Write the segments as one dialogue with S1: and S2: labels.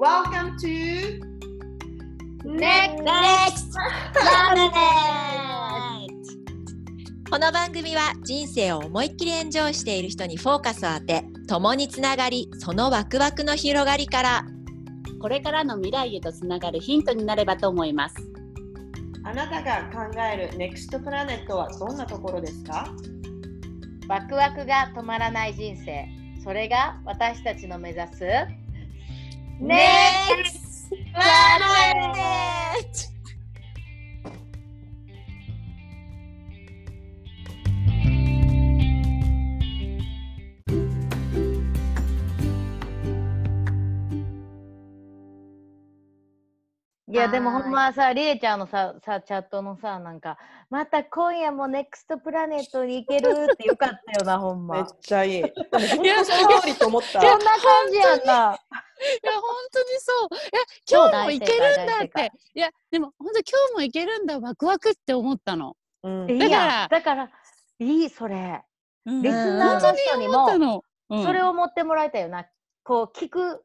S1: Welcome to
S2: Next Lemonade この番組は人生を思いっきりエンジョイしている人にフォーカスを当て共につながりそのワクワクの広がりから
S3: これからの未来へとつながるヒントになればと思います
S1: あなたが考える NEXT プラネットはどんなところですか
S4: ワクワクが止まらない人生それが私たちの目指す
S2: Next Lemonade
S4: いや
S2: はーい
S4: でもほんまさりえちゃんのささチャットのさなんかまた今夜もネクストプラネットに行けるってよかったよなほん
S1: めっ
S4: まそ
S1: ちゃいい。でも本当その通りと思った。
S4: んな感じやんない
S5: や、本当にそう。
S4: 超
S5: いや、今日も
S4: 大
S5: い
S4: 正
S5: け
S4: 解
S5: るんだっ
S4: 大正
S5: て。いや、でも本当今日もいけるんだ、ワクワクって思ったの。
S1: うん
S4: いい
S5: だか
S4: や
S5: ら
S4: んだからいいそれ
S5: うん
S4: リスナーの人に
S5: 思った
S4: も
S5: の。うん
S4: それを持ってもらいたいよなこう聞く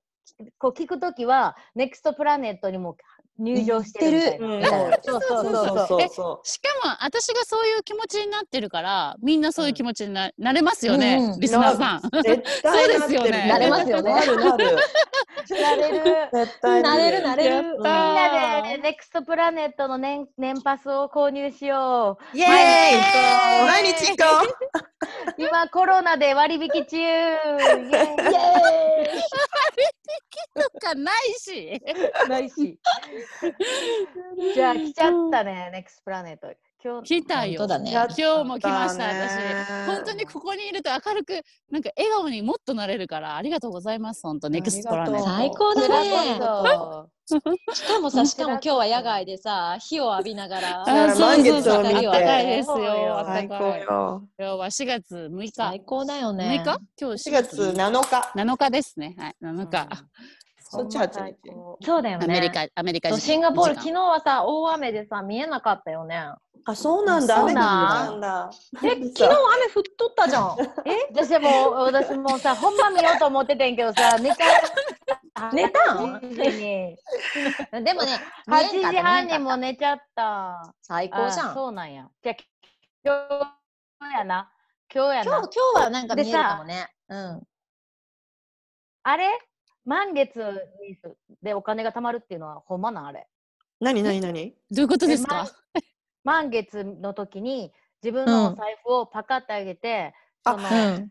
S4: こう聞くときはネクストプラネットにも入場してるみたいな
S1: うん
S4: みたいなそうそうそうそう
S1: そうそ
S5: しかも私がそういう気持ちになってるから、みんなそういう気持ちにな,、なれますよね、
S2: うん
S5: リスナーさん。
S1: う。絶対なってる
S5: そうですよね
S2: なれますよね
S1: なるなる。
S4: なれる
S1: 絶対
S2: なれるなれ
S5: や
S2: る
S5: っ
S4: みんな
S5: た
S4: でネクストプラネットの年年パスを購入しよ う。
S2: イ
S1: イエーイ
S4: イ
S1: 毎日行こ
S4: 今コロナで割引中。イエーイ
S5: ーとかないし。
S4: ないし。じゃあ来ちゃったね、ネクストプラネット。今日
S5: 来た
S2: 本
S5: よ
S2: 当。だ
S1: う。
S2: ね
S1: やっ
S5: 今日も来ました、
S1: やったね
S5: 私。本当にここにいると明るく、なんか笑顔にもっとなれるから、ありがとうございます、本当、ネクストプラネット。
S2: 最高
S4: だ
S2: だね
S4: ね。
S2: しかもさしかも今日は野外でさ火を浴びながら
S5: あー
S1: 満月を見て
S5: そうそうそう赤いですよ。
S4: た
S1: 最
S5: 赤
S1: 高
S5: い。
S1: よ。
S5: 今日は4月6日。
S2: 最高だよね
S5: 6日今日
S1: 4月7日。
S5: 7日ですね。はい、7日。
S1: そっち8日。
S4: そうだよね。
S5: アメリカ、アメリカ
S4: そう
S5: 時間
S4: シンガポール、昨日はさ、大雨でさ、見えなかったよね。
S1: あ、そうなんだ。
S4: そう
S1: 雨降っ
S4: なん
S1: たんだ。
S4: え、昨日雨降っとったじゃん。 え、私も、私もさ、ほんま見ようと思っててんけどさ、寝 た。
S2: 寝たん
S4: 8時に。
S2: でもね
S4: 8
S2: 見えんかった
S4: 時半にも寝ちゃった。
S2: 最高じゃ
S4: あ
S2: ん
S4: そうなんや。じゃあ、今日やな。今日や
S2: 今
S4: な
S2: 日。今日はなんか見えるかもねうん
S4: あれ満月にでお金が貯まるっていうのはほんまなんあれ。
S1: 何何何
S5: どういうことですか
S4: 満月の時に自分のお財布をパカってあげて、
S1: うん
S4: そ
S1: あ
S4: の、
S2: うん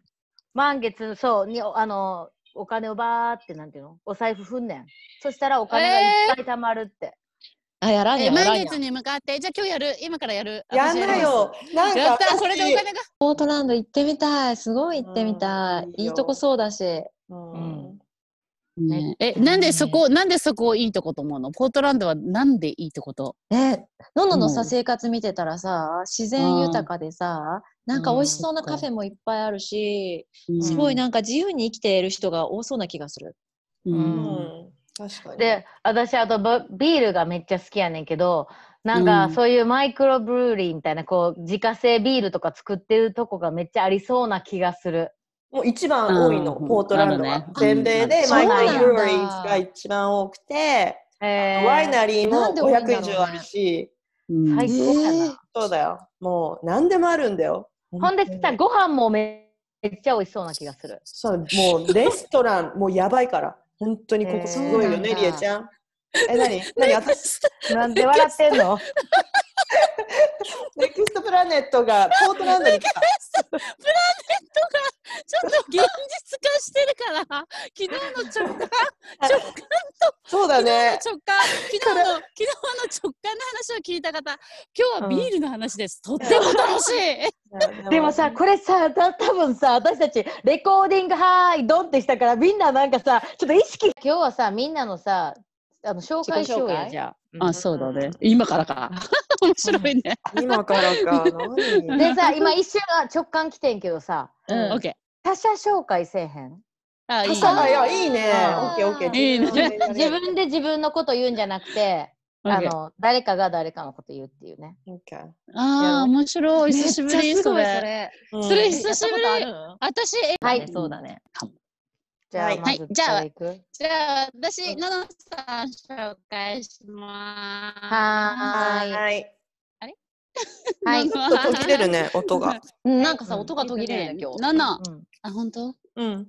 S4: 満月そうにおあのお金をバーってなんていうのお財布踏んねんそしたらお金がいっぱい貯まるって、
S2: あやらん
S5: え
S2: やんやらん
S5: 満
S2: や
S5: 月
S2: ん
S5: に向かって、じゃあ今日やる、今からやる。
S1: やん
S5: 私
S1: な
S5: ります
S1: よ。なん
S5: や
S1: か
S5: った、
S1: 私
S5: これでお金が。
S2: ポートランド行ってみたいすごい行ってみた
S1: うん
S2: い
S1: いい
S2: い
S1: よ
S2: いとこそうだし
S1: うん
S5: ねえ、なんでそこ、なんでそこをいいとこと思うのポートランドはなんでいいとこと
S2: えののの
S5: う
S2: さ
S5: ん
S2: 生活見てたらさ自然豊かでさなんか美味しそうな
S5: うんそっ
S2: カ
S5: か
S2: フェもいっぱいあるし
S5: うん
S2: すごいなんか自由に生きている人が多そうな気がする。
S5: う。
S1: うんん確かに。
S4: で私あとバビールがめっちゃ好きやねんけどなんか
S5: うん
S4: そういうマイクロブルーリーみたいなこう自家製ビールとか作ってるとこがめっちゃありそうな気がする
S1: もう一番多いの、
S5: うん
S1: ポートランド
S5: なる
S1: は
S5: ね。
S1: 全米で
S5: うん
S1: マイ
S2: そう
S1: ク
S2: なんだ
S1: ロブルーリーが一番多くて、
S4: えー、
S1: ワイナリー
S2: な
S1: も
S2: んで多いんだろうね
S1: 500以上あるし、
S5: うん
S4: 最高やな、
S2: えー
S1: そうだよ。もう何でもあるんだよ。
S4: ほんでさご飯もめっちゃ美味しそうな気がする
S1: そうもうレストラン、もうやばいから。本当にここすごいよね、
S2: へー
S1: りえちゃん。え、なになに私、
S4: なんで笑ってんの
S1: ネクストプラネットがポートランドに来た。
S5: ちょっと現実化してるから、昨日の直感、直感と
S1: そうだ ね。
S5: 昨日の直感、昨日の、昨日の直感の話を聞いた方、今日はビールの話です。とっても楽しい。
S4: でもさ、これさ、た多分さ、私たち、レコーディング、はーい、ドンってしたから、みんななんかさ、ちょっと意識。今日はさ、みんなのさ、あの紹介しようや、じゃ
S1: うん
S5: あ、そうだね。今からか。 面白いね。
S1: 今からか。
S4: あ。
S1: 何
S4: でさ、今一瞬あ直感来てんけどさ、
S2: う
S5: オッ
S2: ん、
S5: ケー。
S4: 他者紹介せえへん。
S5: あ、いいね。
S1: あ、いや、いいね。オ
S2: あ
S1: ッケ
S2: ー
S1: ーオッケー。
S5: いいね
S4: 自分で自分のこと言うんじゃなくて、
S5: オッ
S4: あ
S5: ケー
S4: の、誰かが誰かのこと言うっていうね。
S1: オッケー。
S5: ああ、面白い。
S2: めっち
S5: 久し
S2: ゃ
S5: ぶ
S2: すご
S5: り、
S2: いそ
S5: それ。
S2: れ。
S1: うん
S5: それ久しぶり
S2: やったことある
S5: 私、
S4: は
S2: ね
S4: い。
S2: そうだね。
S4: じゃあ、
S1: はい
S4: まず誰行く、
S5: じゃあ、私、ののさん紹介しま
S4: はーい
S1: はい。
S5: す。
S4: はい
S5: の
S4: ち
S5: の
S4: ょ
S1: ちょっと途切れる ね、音が。
S4: うん
S6: なんかさ、音が途切れるね、今日。
S5: のの、
S4: うん
S5: あ、本当
S1: うん。
S4: ん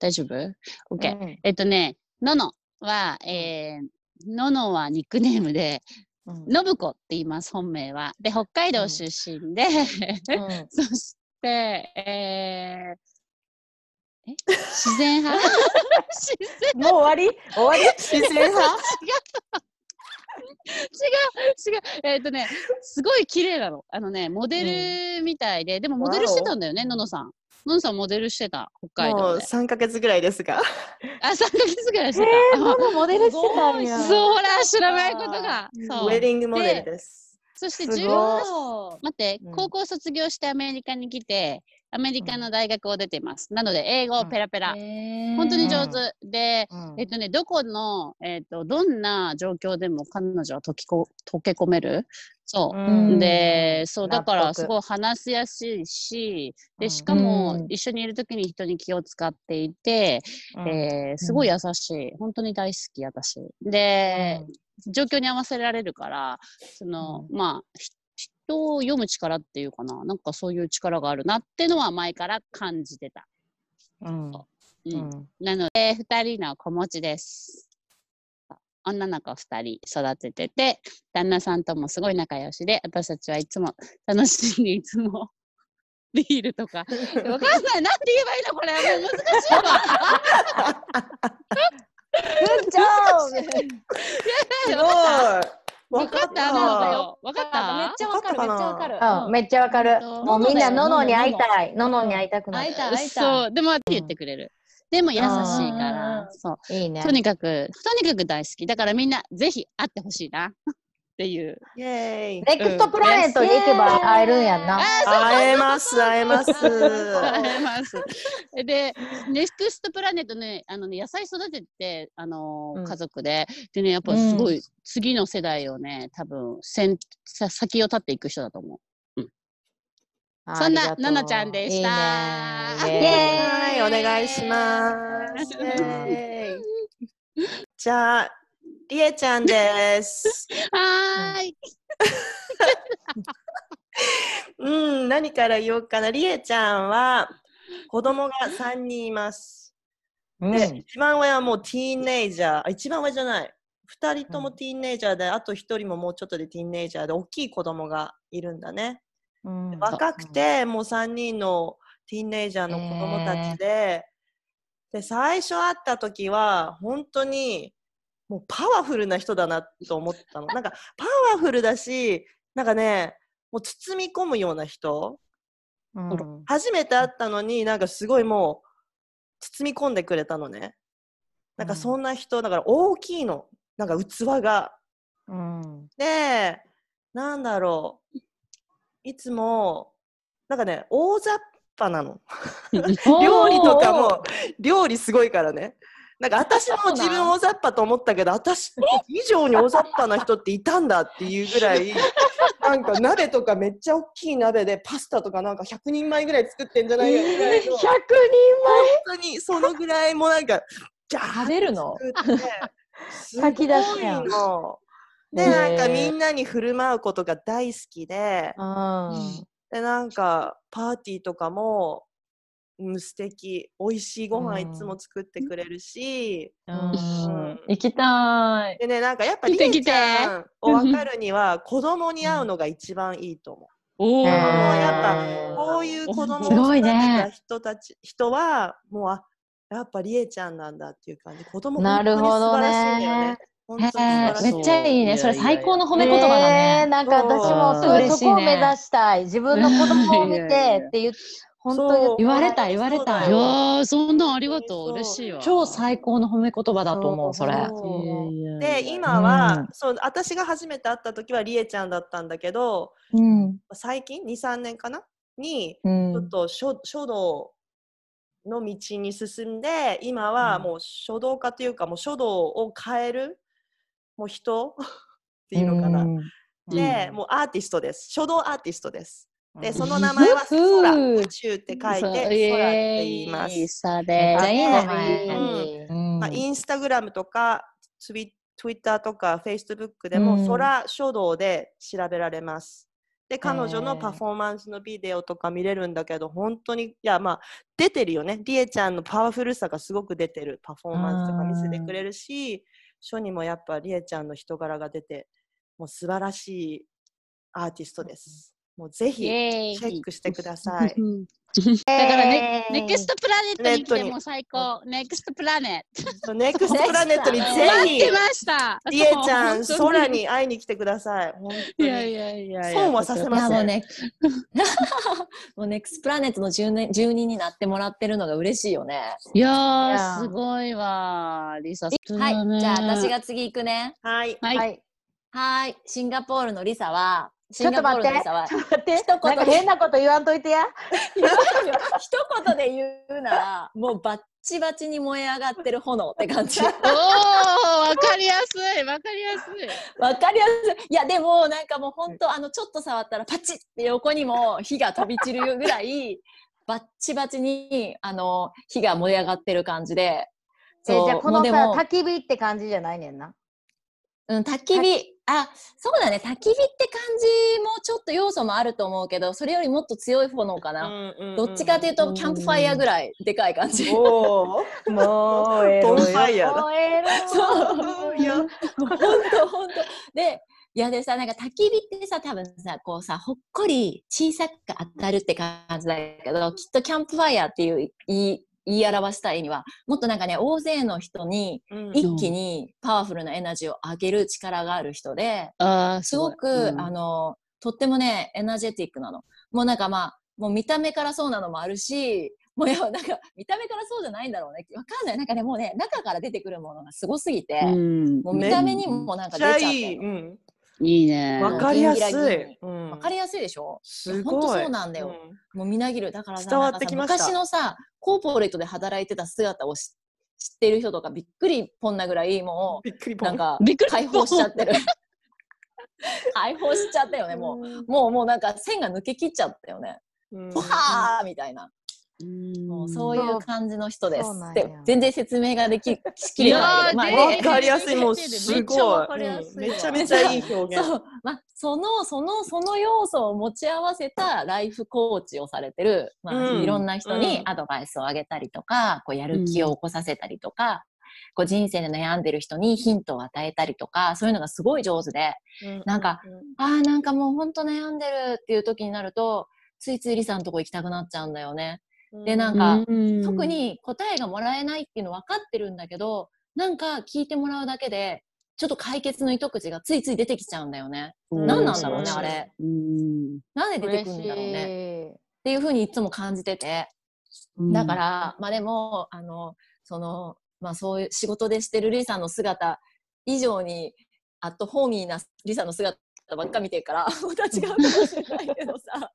S5: 大丈夫 ?OK。
S4: うん
S5: えっとね、ののは、えー、ののはニックネームで、
S4: うん
S5: のぶこって言います、本名は。で、北海道出身で、
S4: う ん
S5: そして、えー、え自然 派自然
S4: もう終わり終わり
S1: 自然派
S5: 違う違うえっ、とねすごい綺麗なのあのねモデルみたいで、でもモデルしてたんだよねののさんののさんモデルしてた北海
S1: も
S5: 道
S1: う
S5: で
S1: 3ヶ月ぐらいですが。
S5: あ3ヶ月ぐらいして
S4: え
S5: た、
S4: ー、ママモデルしてたんや。
S5: そうほら知らないことが
S1: ウ
S5: そう
S1: ェディングモデルです。
S5: そして
S4: すごい
S5: 18待って
S4: うん
S5: 高校卒業してアメリカに来てアメリカの大学を出てます、なので英語ペラペラ、本当に上手で、
S4: うん
S5: えっとね、どこの、えっと、どんな状況でも彼女は溶きこ溶け込めるそう、
S4: うん
S5: でそうだか
S4: 納
S5: ら
S4: 得
S5: すごい話しやすいし
S4: う
S5: で
S4: ん
S5: しかも一緒にいる時に人に気を使っていて、
S4: うん
S5: えーすごい優しい本当に大好き私で、状況に合わせられるからその、まあひ人を読む力っていうかななんかそういう力があるなってのは前から感じてた、
S4: うん
S5: うん
S4: うん
S5: なので2人の子持ちです女の子2人育ててて旦那さんともすごい仲良しで私たちはいつも楽しんでいつも ビールと かわかんないなんて言えばいいのこれもう難しいわ
S4: グッジョブ
S1: すごい。わ
S5: 分かっ
S6: わ
S5: た
S6: か
S5: なんだ
S6: った
S5: よ分かっ
S6: めったちゃわかる、めっちゃわかる。
S4: うん、めっちゃわかる。
S5: 本当
S4: もうみんな、
S6: の
S4: の
S6: のだ
S4: の
S6: よ
S4: に会いたい。ののに会いたくな
S6: 会
S4: る
S6: い。たい、会いたい。
S5: そうでも言ってくれる、でも優しいか
S6: うんうん
S5: ら
S6: うん
S5: そう
S4: いいね
S5: と。にかく、とにかく大好き。だからみんな、ぜひ会ってほしいな。っていう。
S1: イェーイ。
S4: ネクストプラネットに行けば会えるんやんな。
S1: 会えます、会えます。
S5: 会えます。で、ネクストプラネットね、あのね、野菜育てて、あのー
S4: うん
S5: 家族で。でね、やっぱすごい、次の世代をね、多分、先、さ先を立っていく人だと思う。そんな、
S4: な
S5: ななちゃんでした。
S4: い
S1: イ
S4: いねイエーイ
S1: ェーイ、お願いします。イェーイじゃあ、りえちゃんです。
S5: はーい。
S1: うん、何から言おうかな。りえちゃんは、子供が3人います。で、
S4: うん
S1: 一番上はもうティーンネイジャー。あ、一番上じゃない。二人ともティーンネイジャーで、あと一人ももうちょっとでティーンネイジャーで、大きい子供がいるんだね。
S4: うん
S1: 若くて、もう3人のティーンネイジャーの子供たちで、で最初会った時は本当にもうパワフルな人だなと思ったのなんかパワフルだしなんかねもう包み込むような人
S4: うん
S1: 初めて会ったのになんかすごいもう包み込んでくれたのねなんかそんな人だから大きいのなんか器が
S4: うん
S1: で、なんだろう。いつも、なんかね、大雑把なの。料理とかも、料理すごいからね。なんか私も自分大雑把と思ったけど、私以上に大雑把な人っていたんだっていうぐらい、なんか鍋とかめっちゃ大きい鍋でパスタとかなんか100人前ぐらい作ってんじゃないかぐらいの、
S4: 100
S1: 本
S4: 人
S1: 当にそのぐらいもなんか、じゃー
S6: 食べるの
S1: 作って、すごい
S4: 炊き出しやん
S1: の。で、
S4: ね
S1: なんかみんなに振る舞うことが大好きで、
S4: 前
S1: で、なんかパーティーとかも、うん、素敵美味しいご飯いつも作ってくれるし、
S6: うん行きたい。
S1: でね、なんかやっぱり
S5: 来て
S1: ちゃんを分かるには、子供に会うのが一番いいと思う。
S5: お
S1: もう
S4: うん。
S5: ー。
S1: やっぱ、こういう子供を育てた人たち、人は、もう、あ、やっぱりえちゃんなんだっていう感じ。子供
S4: な
S1: 本当
S4: る
S1: に
S4: ほ
S1: 素
S4: ど
S1: 晴
S4: ね
S1: らしいんだよね。本当に素晴らし
S6: め
S1: い。
S6: っちゃいいね。それ最高の褒め言葉だ
S4: え
S6: ね。
S4: なんか私もそういう
S6: うん
S4: とこを目指したい。自分の子供を見
S5: いやいやい
S4: て
S5: や
S4: っていう、本
S1: そう
S4: 当に
S6: 言われた言われた
S1: そ
S5: いや
S1: う
S5: ー、そんなんありがとう。嬉しいわ。
S6: 超最高の褒め言葉だと思う、それ。
S1: そう
S5: いやいや
S1: で、
S5: いや
S1: 今は、
S6: うん
S1: そう、私が初めて会った時はりえちゃんだったんだけど、
S6: うん。
S1: 最近、2、3年かなに、
S6: う
S1: ちょっ
S6: ん。
S1: と書書道の道に進んで今はもう書道家というかもう書道を変えるもう人 っていうのかな、
S6: うん
S1: で、もうアーティストです書道アーティストですで、その名前は空、
S6: うん
S1: 宇宙って書いて、
S5: そ
S1: 空
S5: う
S1: って言いま
S5: イエーイ
S1: す。
S5: そ
S6: め
S5: れ
S6: っちゃいい名
S4: 前
S1: う
S6: うん
S1: まあ、インスタグラムとか、ツイッターとか、フェイスブックでも、
S6: うん
S1: 空書道で調べられます。で、彼女
S6: へ
S1: の
S6: ー
S1: パフォーマンスのビデオとか見れるんだけど、本当に、いや、まあ、出てるよね。リエちゃんのパワフルさがすごく出てるパフォーマンスとか見せてくれるし、書にもやっぱリエちゃんの人柄が出て、もう素晴らしいアーティストです。もうぜひ、チ
S5: イエ
S1: ェ
S5: ー
S1: ッ
S5: イ
S1: クしてください。
S5: だからね
S4: えー
S5: ネクストプラネットに来て
S1: ネット
S5: も最高。ネクストプラネット。
S1: ネクストプラネットにぜ
S5: 待って
S1: ひ
S5: ました。
S1: リエちゃん、
S5: そう
S1: 空。に会いに来てください。本当
S5: い
S1: に
S5: やいやいやいや。
S1: 損はさせ
S6: い
S1: ま
S6: や
S1: せ。
S6: もうんね、 もうネクスプラネットの住人住人になってもらってるのが嬉しいよね。
S5: いや
S4: いや
S5: ー、
S4: ー
S5: すごいわー。リサ
S6: はい、じゃあ私
S5: が。
S6: が次行くね。
S1: はい。
S5: はい。
S4: はい。
S6: はーい、シンガポールのリサは、シ
S4: ちょ
S6: ン
S4: っと
S6: ガポー
S4: 待っ
S6: ル
S4: て、
S6: の
S4: ちょ
S6: リ
S4: っと
S6: サは、
S4: 待って、
S6: 一言
S4: なんか変なこと言わんといてや。
S6: 一言で言うなら、もうバッチバチに燃え上がってる炎って感じ。
S5: おー、わかりやすい。わかりやすい。
S6: わかりやすい。いや、でも、なんかもう本当、あの、ちょっと触ったらパチッって横にも火が飛び散るぐら い、バッチバチに、あの、火が燃え上がってる感じで。
S4: えーじゃあこの
S6: もうで
S4: さ
S6: も、
S4: 焚き火って感じじゃないねんな。
S6: うん、焚き火。あ、そうだね。焚き火って感じもちょっと要素もあると思うけど、それよりもっと強い炎かな。どっちかという
S1: う
S6: と、キャンプファイヤーぐらいでかい感じ。
S1: ん。おお。
S4: もう、え
S1: ボンファイヤーだ
S4: 燃えろ。
S1: そういや
S6: もうほんとほんと。で、いやでさ、なんか焚き火ってさ、多分さ、こうさ、ほっこり小さく当たるって感じだけど、きっとキャンプファイヤーっていう言い言い表したいには、もっとなんかね、大勢の人に
S1: うん
S6: 一気にパワフルなエナジーを上げる力がある人で、
S5: あー、
S6: すごく、
S5: うん
S6: あの、とってもね、エナジェティックなの。もうなんかまあ、もう見た目からそうなのもあるし、もうやっぱなんか、見た目からそうじゃないんだろうね。わかんない。なんかね、もうね、中から出てくるものがすごすぎて、
S5: うん
S6: もう見た目にもなん
S1: め
S6: か
S1: っ
S6: 出
S1: ち
S6: ちゃっ
S1: ゃ
S6: て
S1: いい。
S6: る
S1: う
S6: の。
S1: ん。
S5: いいね。
S1: わかりやす
S6: ギンギラギ
S1: い
S6: ンに。
S1: うん
S6: わかりやすいでしょ
S1: す
S6: ほんと
S1: ごい。
S6: そうなんだよ
S1: ん。
S6: もうみなぎる。だからさ、
S1: 伝わってきました
S6: なんかさ昔のさ、コーポレートで働いてた姿をし知ってる人とかびっくりぽんなぐらい、も
S1: びっくり
S6: う、
S1: ポ
S6: なん
S1: ン。
S6: か
S5: びっくりぽん
S6: 解放しちゃ ってる。解放しちゃったよね、もう。もうもうなんか線が抜けきっちゃったよね。
S1: うん。
S6: はーみたいな。も
S5: も
S6: うそう
S5: い
S6: いう感じの人です
S4: そう。なんや
S6: で全然説明ができしきれないけど、まあ
S5: いやー
S1: わ
S5: で
S1: かりやすい。もう
S5: ですめっちゃ
S1: ご
S5: わ
S1: い。
S5: かりやすいわ
S1: うんめちゃめちゃいい表現。
S6: そう、まあ、その、その、その要素を持ち合わせたライフコーチをされてる、まあ、
S1: うん
S6: いろんな人
S1: う
S6: に
S1: ん
S6: アドバイスをあげたりとか、こう、やる気を起こさせたりとか、こう、人生で悩んでる人にヒントを与えたりとか、そういうのがすごい上手で、なんか
S1: うう
S6: ああ、なんかもうほんと悩んでるっていう時になると、ついついりさんのとこ行きたくなっちゃうんだよね。
S1: う、
S6: でなんか
S5: うん
S6: 特に答えがもらえないっていうの分かってるんだけど、なんか聞いてもらうだけで、ちょっと解決の糸口がついつい出てきちゃうんだよね。
S1: うん
S6: 何なんだろうね、
S1: うん
S6: あれ。
S5: うん
S6: なんで出てくるんだろうね。っていうふうにいつも感じてて。だから、まあでも、あの、その、まあそういう仕事でしてるリさんの姿以上に、アットホーミーなリさんの姿ばっか見てるから、 また違うかもしれないけどさ。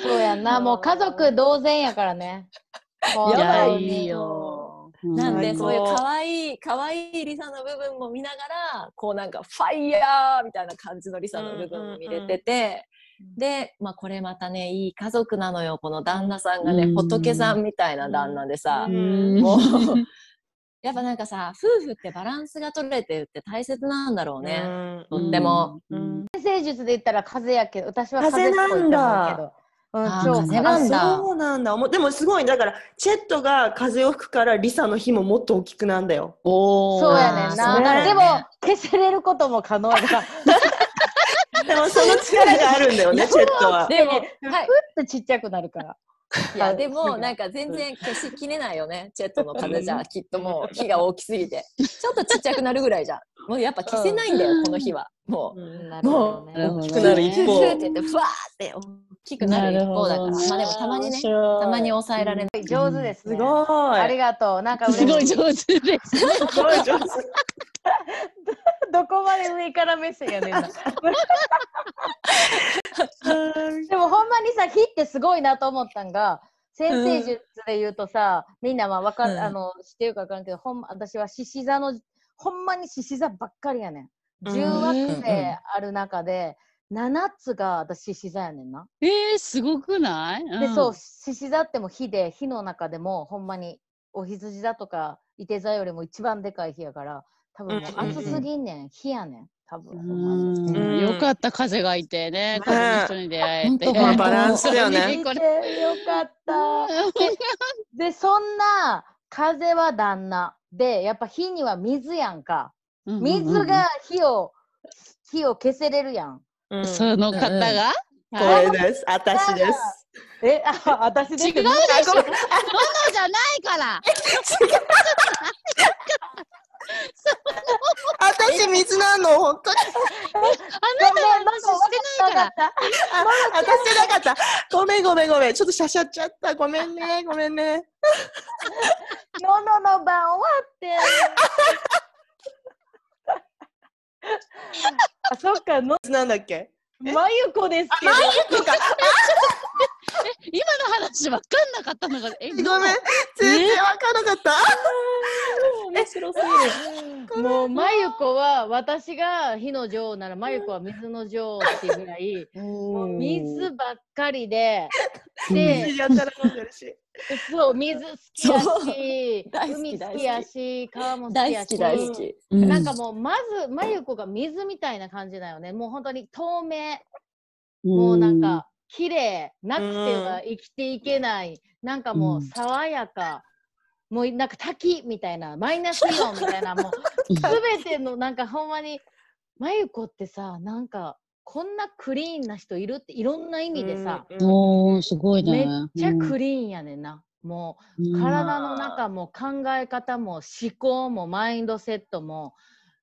S4: そうやんな、もう家族同然やからね。
S5: い
S4: もう
S5: や、
S6: ばい
S5: いいよ。
S6: なんで、
S1: 最高
S6: そういう可愛い、可愛いリサの部分も見ながら、こうなんか、ファイヤーみたいな感じのリサの部分も見れてて、で、まあこれまたね、いい家族なのよ、この旦那さんがね、
S5: うん
S6: 仏さんみたいな旦那でさ、
S5: うん
S6: もう、 やっぱなんかさ、夫婦ってバランスが取れてるって大切なんだろうね。
S1: う
S6: と
S1: ん
S6: っても。
S1: うん
S4: 先生術で言ったら風邪やけど、私は風
S1: 風
S4: 邪
S1: 邪
S4: っぽいと思うけ
S1: なん
S4: ど
S1: だ。
S4: うん、
S6: あー
S4: 超
S6: 風
S1: あ
S6: 邪なんだ
S1: そうなんだおもでもすごいだからチェットが風を吹くからリサの日ももっと大きくなんだよ
S5: おー
S4: そうやねん
S6: あーそう
S4: な。
S6: だ
S4: で
S6: よ
S4: も
S6: ね、
S4: 消せれることも可能だ。ふっ
S1: でもその力があるんだよねチェットは
S6: でも、はい。
S4: とちっちゃくなるから。
S6: いや、でも、なんか全然消しきれないよね。チェットの風じゃ、きっともう火が大きすぎて。ちょっとちっちゃくなるぐらいじゃん。もうやっぱ消せないんだよ、この火は。もう。
S4: なるほど
S5: なる
S4: ね。
S5: ほどね
S1: 大きくなる一
S6: ふ
S1: 方
S6: ーって言って、ふわーって大きくなる一方だから。まあでもたまにね、たまに抑えられない。
S4: 上手です
S1: す
S4: ね。
S1: ご
S4: あ
S1: い
S4: りがとう。なんか嬉し
S5: すごい上手です。
S1: すごい上手
S4: どこまで上から目線やねんな。でもほんまにさ火ってすごいなと思ったんが先生術で言うとさ、みんなまあわか、
S6: うん
S4: あの知ってるかわからんけどほんま私は獅子座のほんまに獅子座ばっかりやねん。
S1: うん
S4: 10
S6: う
S4: 惑星
S6: ん
S4: ある中で、 7つが私獅子座やねんな。
S5: えー、すごくない、
S4: で、
S5: ん
S4: そう、獅子座っても火で、火の中でもほんまにお羊座とかいて座よりも一番でかい火やから、多分もう暑すぎんねん、火やねん、多分ほんまに。
S5: うん
S1: うん
S5: よかった風がいてね
S1: ね、
S5: 風の人に出会えて。
S6: ほんとまあバラン
S1: スだよね
S5: 本 当に
S4: 見
S5: こ
S4: て
S5: れ
S4: よかった。で、そんな風は旦那。で、やっぱ火には水やんか。水が火を、火を消せれるやん。
S1: う
S5: うんん、その方が、
S1: こ
S5: はい
S1: れです。私です。
S4: え、あ、私です
S5: 違うでしょ
S4: ね
S5: そのじゃないから
S1: 私水なの本当に。
S5: あなたは無視してないから
S4: ら。
S1: あ、私じゃなかった。ごめんごめんごめん。ちょっとしゃしゃっちゃった。ごめんね。ごめんね。
S4: ののの番終わって。 あ、そっか、の、
S1: なんだっけ。
S4: まゆこですけど。
S1: とか。
S5: 今の話分かんなかったのが、え、
S1: ごめん。全然わからなかった。
S6: 面白そう
S4: もうまゆこは私が火の女王ならまゆこは水の女王っていうぐらいもう水ばっかりで で
S1: 私やったら飲んでるし。
S4: そう水好きや
S6: そう
S4: し
S6: 大好き
S4: 海
S6: 大好
S4: 好
S6: き
S4: きやし川も好き
S6: 大
S4: や
S6: 好
S4: し
S6: き大好き。
S5: うん
S4: なんかもうまずまゆこが水みたいな感じだよねもう本当に透明もうなん、か綺麗なくては生きていけないなんかもう爽やかもうなんか滝みたいなマイナスイオンみた いなもう
S5: うん
S4: 全てのなんかほんまにまゆこってさなんかこんなクリーンな人いるっていろんな意味でさ、
S1: うん。
S5: おー、すごいね
S4: めっ。ちゃクリーンやねんな。もう体の中も考え方も思考もマインドセットも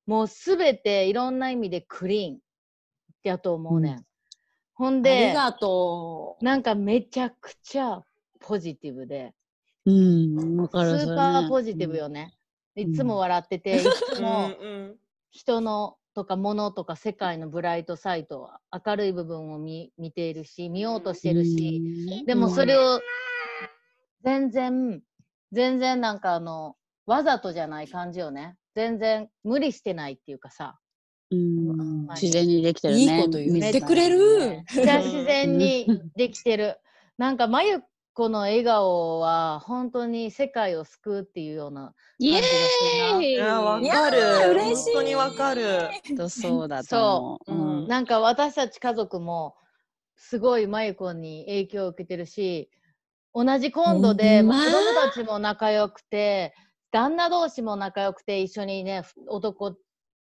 S4: もうすべていろんな意味でクリーンやと思うねん。ほん
S6: あ
S4: で
S6: りがとう。
S4: なんかめちゃくちゃポジティブで、
S5: うん、うんわ
S4: ス
S5: かる
S4: ーパーポジティブ。よね。
S5: ん
S4: いつも笑ってて、いつも
S1: うん
S4: 人のとか物とか世界のブライトサイトは明るい部分を見見ているし、見ようと
S5: そ
S4: し
S5: れ
S4: て
S5: ね
S4: るし、
S5: うん
S4: でもそれを全然、全然なんかあの、わざとじゃない感じよね。全然無理してないっていうかさ。
S5: うん自然にできてるね。
S6: いいこと言うね
S5: 水
S6: てくれる
S4: めっちゃ自然にできてる。なんか、まゆこの笑顔は本当に世界を救うっていうような
S5: イエー
S1: い
S5: イ
S1: やわ
S6: い
S1: か
S6: や
S1: る。
S6: ー嬉し
S1: 本
S6: い
S1: 当にわかる。
S5: きっとそうだと思う。
S1: そううん
S5: ん
S4: なんか私たち家族もすごいまゆこに影響を受けてるし同じ今度で
S6: ほん
S4: もう
S6: ま
S4: 子供たちも仲良くて旦那同士も仲良くて一緒にねふ男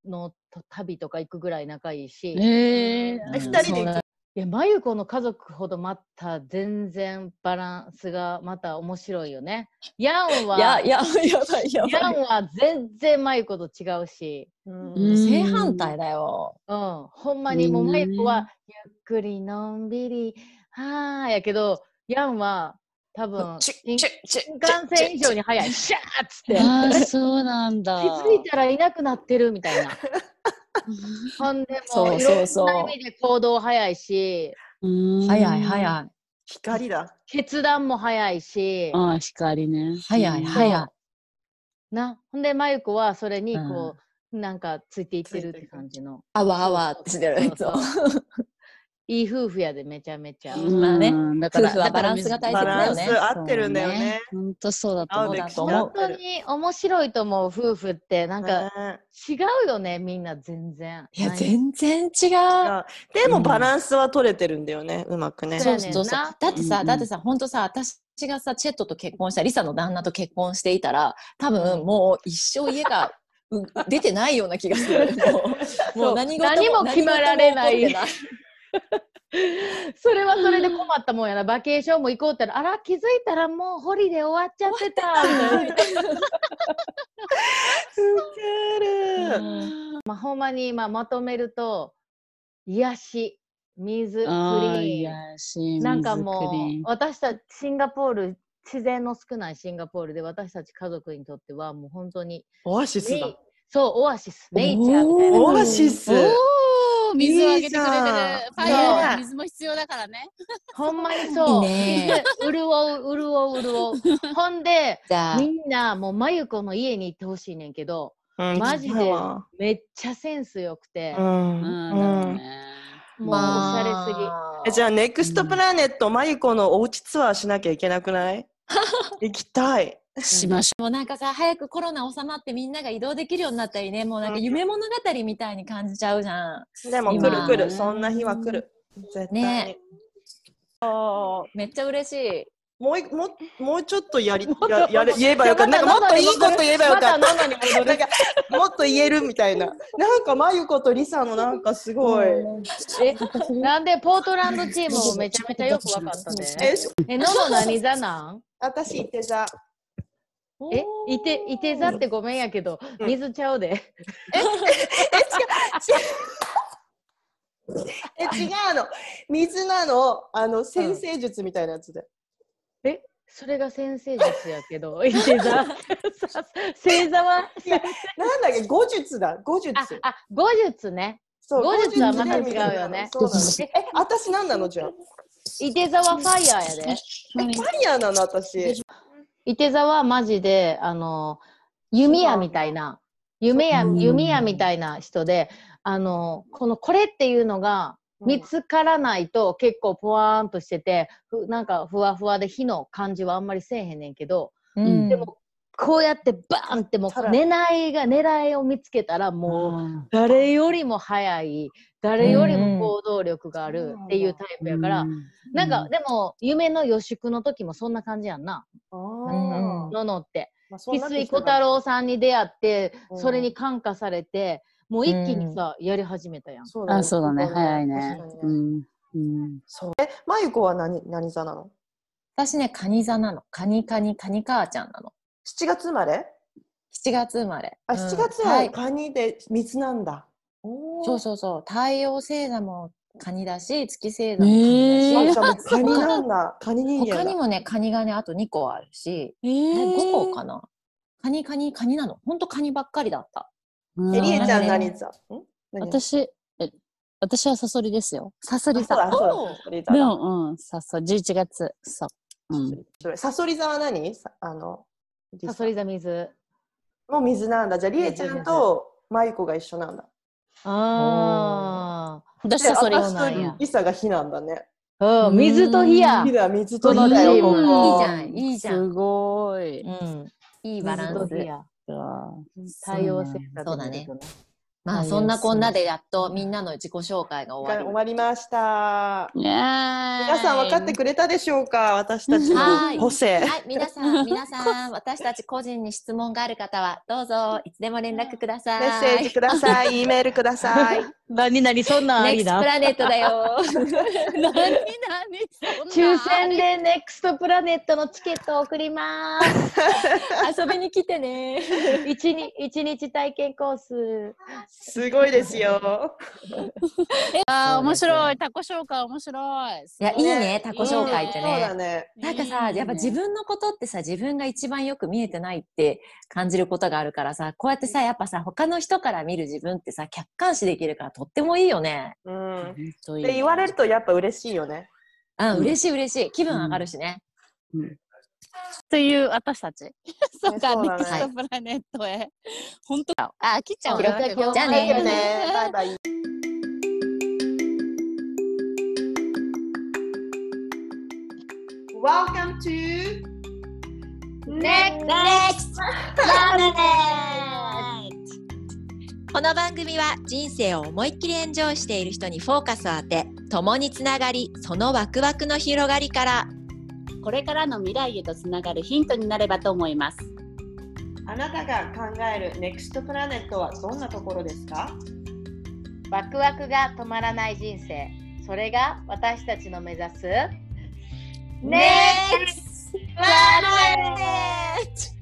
S4: の旅とか行くぐらい仲いいしい
S5: えー
S1: え二人で行く。
S4: やまゆこの家族ほどまた全然バランスがまた面白いよね。ヤンは
S6: や、や、やばい、や
S4: ヤ
S6: ば
S4: ン
S6: い。
S4: は全然まゆこと違うし。
S1: うん
S6: 正反対だよ。
S4: うん、ほんまにもう
S5: みんな
S4: マ
S5: ね
S4: イコはゆっくりのんびりはーやけどヤンは多分
S1: チュ
S4: 新
S1: チュチュ
S4: 新幹線以上に速いシャーっつって
S5: あーそうなんだ。
S4: 気づいたらいなくなってるみたいなほんでも
S6: そうそうそう
S4: いろんな意味で行動早いし
S5: うん
S6: 早い、早い。
S1: 光だ。
S4: 決断も早いし
S5: ああ、光ね。
S6: 早い、早い。
S4: なほんでマイコはそれに
S5: うん
S4: こう、なんかついていってる
S1: つい
S4: っ
S1: て
S4: て
S1: いく
S4: 感じの
S6: あわあわってしてる人。
S4: そういい夫婦やでめちゃめちゃ、
S5: うん
S6: まあね
S5: だ
S6: 夫婦はバランスが大切
S1: バ
S6: だ
S1: ラ
S6: よ
S1: ンス
S6: ね
S1: 合ってるんだよね。
S5: 本当そうだと
S1: 合
S5: 思
S1: う
S5: う
S1: べ
S6: だ
S1: き
S6: と
S1: 人
S6: 思う
S1: 合っ
S4: 本当
S1: てる。
S4: に面白いと思う夫婦ってなんか
S1: ね
S4: 違うよねみんな全然
S6: いや、
S4: 毎日
S6: 全然違う。
S1: でもバランスは取れてるんだよね。うまくね。
S4: そう
S6: そう
S4: やねん
S6: そうそう
S4: な。
S6: だって
S5: うんう
S6: さ、
S5: ん
S6: だってさ、ほんとさ、私がさ、チェットと結婚した、リサの旦那と結婚していたら、多分もう一生家がう出てないような気がす る。もうもう何事も
S4: 何も決まられない
S6: 何事も起こ
S4: それはそれで困ったもんやなバケーションも行こうってなあら気づいたらもうホリで終わっちゃってたみたいな
S6: ってない
S1: 受ける。
S4: まあほんまに、まあ、まとめると癒し水クリ
S5: ああ、い
S4: ー
S5: や
S4: ン
S5: しい。
S4: なんか
S5: 水クリ
S4: も
S5: ー
S4: う
S5: ン
S4: 私たちシンガポール自然の少ないシンガポールで私たち家族にとってはもう本当に
S1: オアシス
S4: ネイ
S1: だ。
S4: そうオアシスネイチャーみたいな
S1: オアシス。
S5: おー、水をあ
S1: い
S5: げてくれてる
S1: いじゃん。
S5: ファイヤ
S1: ね
S5: ーの水も必要だからね。
S4: ほんまにそう。
S6: いいね
S4: 水潤う、潤う、潤う。ほんで、
S6: じゃあ
S4: み、んな、もう、まゆこの家に行ってほしいねんけど、
S1: うん
S4: マジで
S1: 行きたいわ
S4: めっちゃセンスよくて
S1: う、
S5: うん
S1: ん。
S5: だろ
S1: う。
S5: うんね。
S4: もうおしゃれすぎ。
S1: えじゃあ、ネクストプラネット、まゆこのおうちツアーしなきゃいけなくない 行きたい。
S5: しましょ
S6: もうなんかさ早くコロナ収まってみんなが移動できるようになったりねもうなんか夢物語みたいに感じちゃうじゃん
S1: でも、
S6: 今
S1: 来る来る。そんな日は来る。絶対に。
S6: ねめっちゃ嬉しい
S1: もういもうもうちょっとやり
S4: っと
S1: ややれ言えばよかった。なんかもっといいこと言えばよかった。
S4: また喉に戻
S1: なん
S4: る
S1: かもっと言えるみたいな。なんかまゆことりさのなんかすごい。
S4: えなんでポートランドチームもめちゃめちゃよくわかった
S1: え
S4: ね。
S1: し
S4: え、のの何座なん
S1: 私いて座。
S4: え、いて、いて座ってごめんやけど、
S1: うん
S4: 水ちゃうで。
S1: え違うの。水なのあの先生術みたいなやつで。
S4: え、それが先生術やけど、い て座。星座は、
S1: なんだっけ五術だ五術。
S4: あ、あ、語術ね。
S1: そう
S4: 五術は
S1: 五で
S4: また違うよね
S1: そうなの。え私なんなのじゃあ。
S4: いて座はファイヤーやで。
S1: えファイヤーなの私。
S4: いて座はマジで、あの、弓矢みたいな、夢矢、弓矢みたいな人で、あの、この、これっていうのが、見つからないと結構ポワーンとしてて、ふなんかふわふわで火の感じはあんまりせえへんねんけど、
S5: ん
S4: でもこうやってバーンってもう
S1: ただ
S4: 狙いが狙いを見つけたら
S5: う。
S4: もう誰よりも早い誰よりも行動力があ
S1: うん
S4: る
S1: うん
S4: っていうタイプやから、なんかでも夢の予祝の時もそんな感じやんな、
S1: あ
S6: うん
S1: ー
S4: ののって。
S1: まあそん
S4: 翡
S1: な
S4: 翠小太郎さんに出会って
S1: うん
S4: それに感化されてもう一気にさ、やり始めたやん。
S1: そうだ
S5: あ、そうだね。早いね
S1: 確かに。
S5: うん。うん。
S1: まゆこは何何座なの
S6: 私ねカニ座なのカニカニカニ母ちゃんなの
S1: ?7 月生まれ
S6: 7月生まれ
S1: あ、
S6: うん
S1: 7月
S6: は
S1: はいカニで水なんだ。おー
S6: そうそうそう太陽星座もカニだし月星座もカ
S5: え
S6: ニ
S5: ー
S1: あ
S6: だ
S1: じ
S6: し、
S1: ゃあもうカニなんだ。カニ人間だ
S6: 他に。もねカニがねあと2個あるし、
S5: え
S6: え5個
S5: ー
S6: かなカニカニカニなのほんとカニばっかりだった
S5: うん
S1: え、りえちゃん
S6: な
S1: 何座ん何
S5: 私、え、私はサソリですよ。サソ
S1: あ
S5: リ
S1: そうだ
S5: さ。
S1: そうだサソリ座
S5: で
S1: だ。
S5: も、うん、サソリ、11月、そう。うん。
S1: それサソリ座は何さあの、
S4: サソリ座水。
S1: もう水なんだ。じゃありえちゃんとまゆこが一緒なんだ。
S4: あ
S5: 私、
S1: で
S5: サソリ
S1: 私
S5: な
S1: と
S5: んや。
S1: りさが火なんだね。
S4: あ、うん、水と火や
S1: 火。だ、水と火だ
S4: いい
S1: よ、
S4: よ
S1: ここ。
S6: いいじゃんいいじゃん
S5: すごい。
S4: うん、
S6: いいバラ
S4: 水と
S6: ン
S4: 火
S6: ス
S4: や。
S5: 太
S4: 太陽星座
S6: そう
S4: と
S6: だ
S4: 水
S6: ね
S4: とね。
S6: まあそんなこんなでやっとみんなの自己紹介が終
S1: 終
S6: わ
S1: わりました。皆
S5: 皆
S1: さん分かってくれたでしょうか私たち
S6: はい
S1: の個性
S6: り。。はい、皆さ ん、皆さん、私たち個人に質問がある方は、どうぞ、いつでも連絡ください。
S1: メッセージください。E メールください。
S4: 何々そんなんあ
S6: ネク
S4: り
S6: ストプ
S4: な。
S6: ラネットだよ。
S5: 何何そんな
S4: 抽選でネクストプラネットのチケットを送ります。
S6: 遊びに来てね。
S4: 一日一日体験コース。
S1: すごいですよ。
S5: あー面白いタコ紹介面白いい
S6: いやいいねタコ紹介ってね
S1: そうだね。
S6: なんかさ、やっぱ自分のことってさ、自分が一番よく見えてないって感じることがあるからさ、こうやってさ、やっぱさ、他の人から見る自分ってさ、客観視できるからとってもいいよね。
S1: うん。っ
S5: って
S1: 言われるとやっぱ嬉しいよね。
S6: うん、嬉しい嬉しい。気分上がるしね。
S5: という私たちそうか、
S1: そう
S5: ネ
S1: だね
S5: クストプラネットへ本当かあきっちゃんは
S4: じゃあ今日
S6: じゃあね
S1: だよね。 バイバイ。Welcome to
S3: Next! Next!
S2: この番組は人生を思いっきりエンジョイしている人にフォーカスを当て共につながりそのワクワクの広がりから
S3: これからの未来へとつながるヒントになればと思います。
S1: あなたが考えるネクストプラネットはどんなところですか
S4: ワクワクが止まらない人生。それが私たちの目指す。
S2: NEXT
S4: ラネット